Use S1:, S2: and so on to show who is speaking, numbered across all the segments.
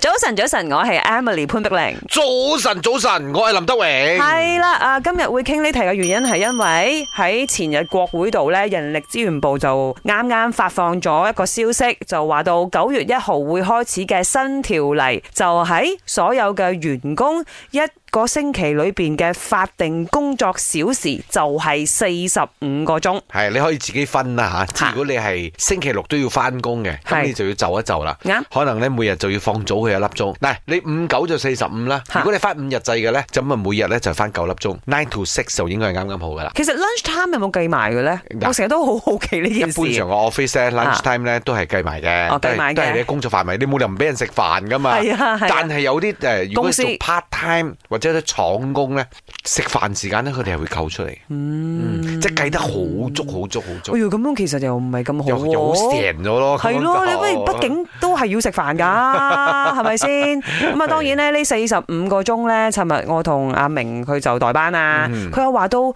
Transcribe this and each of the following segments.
S1: 早晨，早晨，我係 Emily 潘碧玲。
S2: 早晨，早晨，我係林德榮。
S1: 係啦，啊，今日會傾呢題嘅原因係因為喺前日國會度咧，人力資源部就啱啱發放咗一個消息，就話到九月一號會開始嘅新條例，就喺所有嘅員工一個星期裏邊嘅法定工作小時就係四十五個鐘。
S2: 係，你可以自己分啦吓。
S1: 嚇
S2: 如果你係星期六都要翻工嘅，咁
S1: 係
S2: 你就要就一就啦。
S1: 啱
S2: 可能咧每日就要放早佢一粒鐘。嗱，你五九就四十五啦。
S1: 嚇
S2: 如果你翻五日制嘅咧，咁啊每日咧就翻九粒鐘，nine to six 就應該係啱啱好噶啦。
S1: 其實 lunch time 有冇計埋嘅咧？
S2: 嗱
S1: 我成日都好好奇呢
S2: 一
S1: 件事。啊
S2: 般上個 office 咧 lunch time 咧都係計埋嘅，
S1: 哦
S2: 都
S1: 計埋
S2: 係
S1: 嘅
S2: 都係你工作範圍，你冇理由唔俾人食飯噶嘛。
S1: 係啊係啊
S2: 但係有啲誒，如果
S1: 公
S2: 你
S1: 司
S2: 做 part time 或者啲廠工咧，食飯時間咧佢哋係會扣出嚟嘅。嗯，即係計得好足、好足、好足
S1: 哎，呦，咁樣其實又唔係咁好
S2: 又
S1: 喎。
S2: 又成咗咯。
S1: 係咯，你不如畢竟都係要食飯 㗎，係咪先？咁啊，當然咧，呢四十五個鐘咧，尋日我同阿明佢就代班啊，
S2: 嗯
S1: 佢又話到，誒，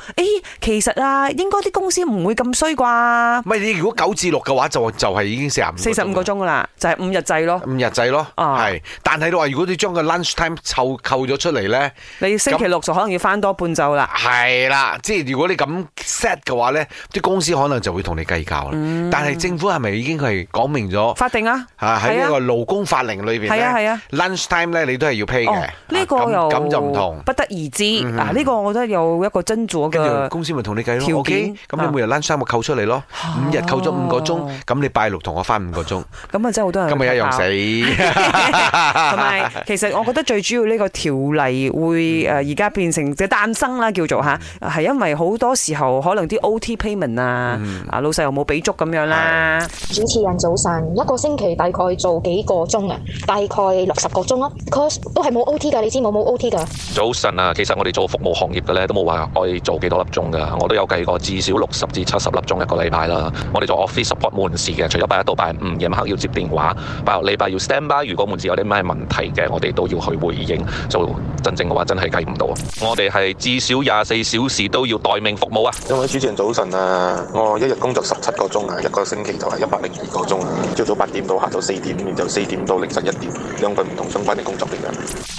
S1: 其實啊，應該啲公司唔會咁衰啩，
S2: 唔係你如果九至六嘅話，就就係已經四十五
S1: 四十五個鐘㗎啦，就係五日制咯。
S2: 五日制咯，
S1: 啊
S2: 係。但係你話如果你將個 lunch time 湊扣咗出嚟咧，
S1: 你星期六就可能要翻多半晝啦。
S2: 係啦，即係如果你咁 set 嘅話咧，啲公司可能就會同你計較啦。
S1: 嗯
S2: 但係政府係咪已經係講明咗
S1: 法定啊，
S2: 啊？喺呢
S1: 係
S2: 個勞工法令裏邊
S1: 係啊
S2: 咧
S1: 係啊。
S2: ，lunch time 咧你都係要 pay
S1: 哦
S2: 嘅。，
S1: 呢個
S2: 啊咁
S1: 又
S2: 咁就唔同。
S1: 不得而知。
S2: 嗯
S1: 嗱，呢個我覺得有一個斟酌
S2: 跟
S1: 嘅
S2: 住。公司咪同你
S1: 條
S2: 計
S1: 件
S2: 咯，OK，咁
S1: 啊
S2: 你每日 lunch time 咪扣出嚟咯，五日扣咗五個
S1: 哦
S2: 鐘，咁你拜六同我翻五個 鐘，
S1: 咁啊，真係好多人
S2: 咁咪一樣
S1: 拍爆
S2: 死。
S1: 同埋，其實我覺得最主要呢個條例會誒呃而家變成嘅誕生啦，叫做吓，係因為好多時候可能啲 OT payment 啊，啊老細又冇俾足咁樣啦。
S3: 主持人早晨，一個星期大概做幾個鐘啊？大概六十個鐘咯，cause 都係冇 OT 㗎，你知冇冇 OT 㗎。
S4: 早晨啊，其實我哋做服務行業嘅咧，都冇話可以做幾多粒鐘㗎，我都有計過至少六十至七十粒鐘一個禮拜啦。我哋做 office support 門市嘅，除咗拜一到拜五夜晚黑要接電話，拜六禮拜要 stand by，如果門市有啲咩問題嘅，我哋都要去回應。做真正嘅話，真係計唔到。啊我哋係至少廿四小時都要待命服務啊！
S5: 因為主持人早晨啊，我一日工作十七個鐘啊，一個星期就係一百零二個鐘啊，朝早八點到下晝四點，然後四點到凌晨一點，兩份唔同相關嘅工作嚟嘅。